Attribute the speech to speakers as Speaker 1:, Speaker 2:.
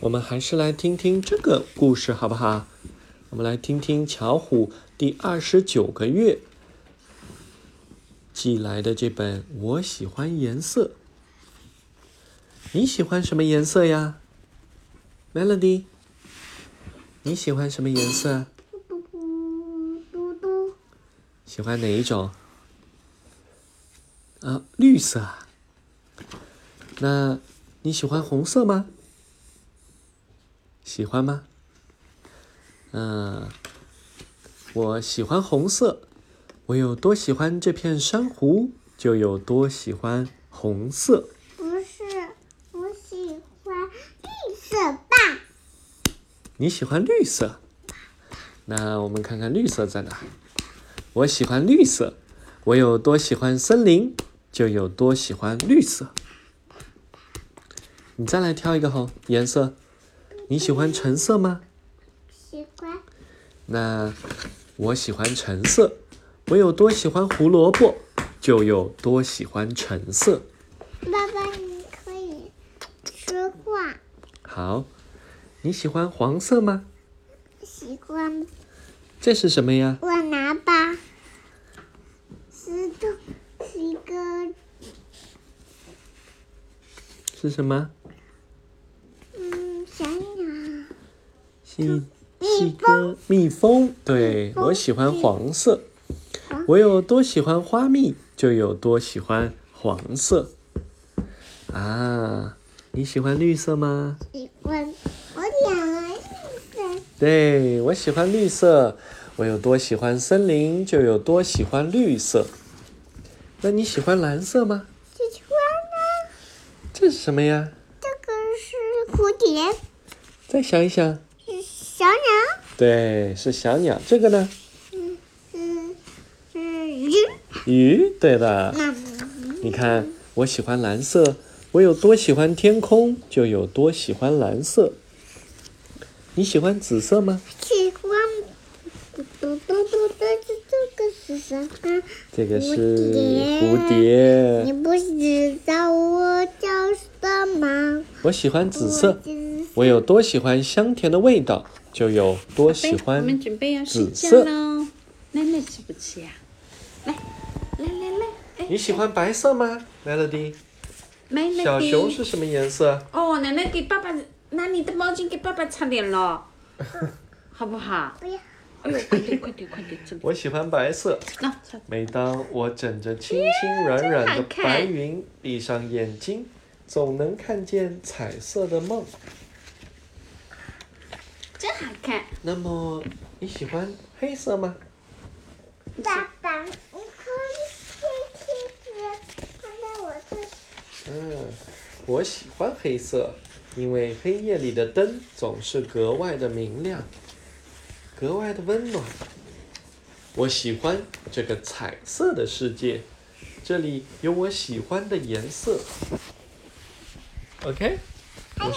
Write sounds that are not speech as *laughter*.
Speaker 1: 我们还是来听听这个故事好不好？我们来听听巧虎第二十九个月寄来的这本《我喜欢颜色》。你喜欢什么颜色呀，Melody？你喜欢什么颜色？
Speaker 2: 嘟嘟嘟嘟嘟，
Speaker 1: 喜欢哪一种？啊，绿色啊。那你喜欢红色吗？喜欢吗？嗯、我喜欢红色。我有多喜欢这片珊瑚，就有多喜欢红色。
Speaker 2: 不是，我喜欢绿色吧？
Speaker 1: 你喜欢绿色，那我们看看绿色在哪儿。我喜欢绿色，我有多喜欢森林，就有多喜欢绿色。你再来挑一个红颜色，你喜欢橙色吗？
Speaker 2: 喜欢
Speaker 1: 那我喜欢橙色，我有多喜欢胡萝卜，就有多喜欢橙色。
Speaker 2: 爸爸，你可以说话。
Speaker 1: 好，你喜欢黄色吗？
Speaker 2: 喜欢
Speaker 1: 这是什么呀？
Speaker 2: 我拿吧，石头是一个
Speaker 1: 是什么？
Speaker 2: 嗯，想想
Speaker 1: 是
Speaker 2: 蜜
Speaker 1: 是个蜜蜂，对
Speaker 2: 蜂
Speaker 1: 我喜欢黄色
Speaker 2: 黄，
Speaker 1: 我有多喜欢花蜜，就有多喜欢黄色。啊，你喜欢绿色吗？
Speaker 2: 喜欢，我想绿色。
Speaker 1: 对我喜欢绿色，我有多喜欢森林，就有多喜欢绿色。那你喜欢蓝色吗？
Speaker 2: 喜欢呢，
Speaker 1: 这是什么呀？
Speaker 2: 这个是蝴蝶，
Speaker 1: 再想一想，
Speaker 2: 是小鸟，
Speaker 1: 对，是小鸟。这个呢？
Speaker 2: 是是鱼。
Speaker 1: 鱼，对的。
Speaker 2: 那
Speaker 1: 你看，我喜欢蓝色，我有多喜欢天空，就有多喜欢蓝色。你喜欢紫色吗？
Speaker 2: 喜欢嘟嘟嘟嘟嘟，这个是什么？
Speaker 1: 这个是
Speaker 2: 蝴
Speaker 1: 蝴
Speaker 2: 你
Speaker 1: 蝶。
Speaker 2: 不知道我叫什么？
Speaker 1: 我喜欢紫色，
Speaker 2: 就是
Speaker 1: 我有多喜欢香甜的味道，就有多喜
Speaker 3: 我们
Speaker 1: 欢。
Speaker 3: 准备要睡
Speaker 1: 紫
Speaker 3: 觉
Speaker 1: 色
Speaker 3: 喽。奶奶吃不啊吃呀、来，来来来，哎，
Speaker 1: 你喜欢白色吗，Melody？
Speaker 3: 奶奶给
Speaker 1: 小熊是什么颜色？
Speaker 3: 哦，奶奶给爸爸拿你的毛巾给爸爸擦脸了，好不好？
Speaker 2: 不要。
Speaker 3: 哎呦，快点快点快点，准备。
Speaker 1: 我喜欢白色。 *laughs*
Speaker 3: 那、擦
Speaker 1: 每当我枕着轻轻软软的
Speaker 3: 真好看
Speaker 1: 白云，闭上眼睛，总能看见彩色的梦。
Speaker 3: 真好看。
Speaker 1: 那么你喜欢黑色吗？
Speaker 2: 爸爸，你可以贴贴纸放在我这。
Speaker 1: 嗯，我喜欢黑色，因为黑夜里的灯总是格外的明亮，格外的温暖。我喜欢这个彩色的世界，这里有我喜欢的颜色。OK，
Speaker 2: 哎呀，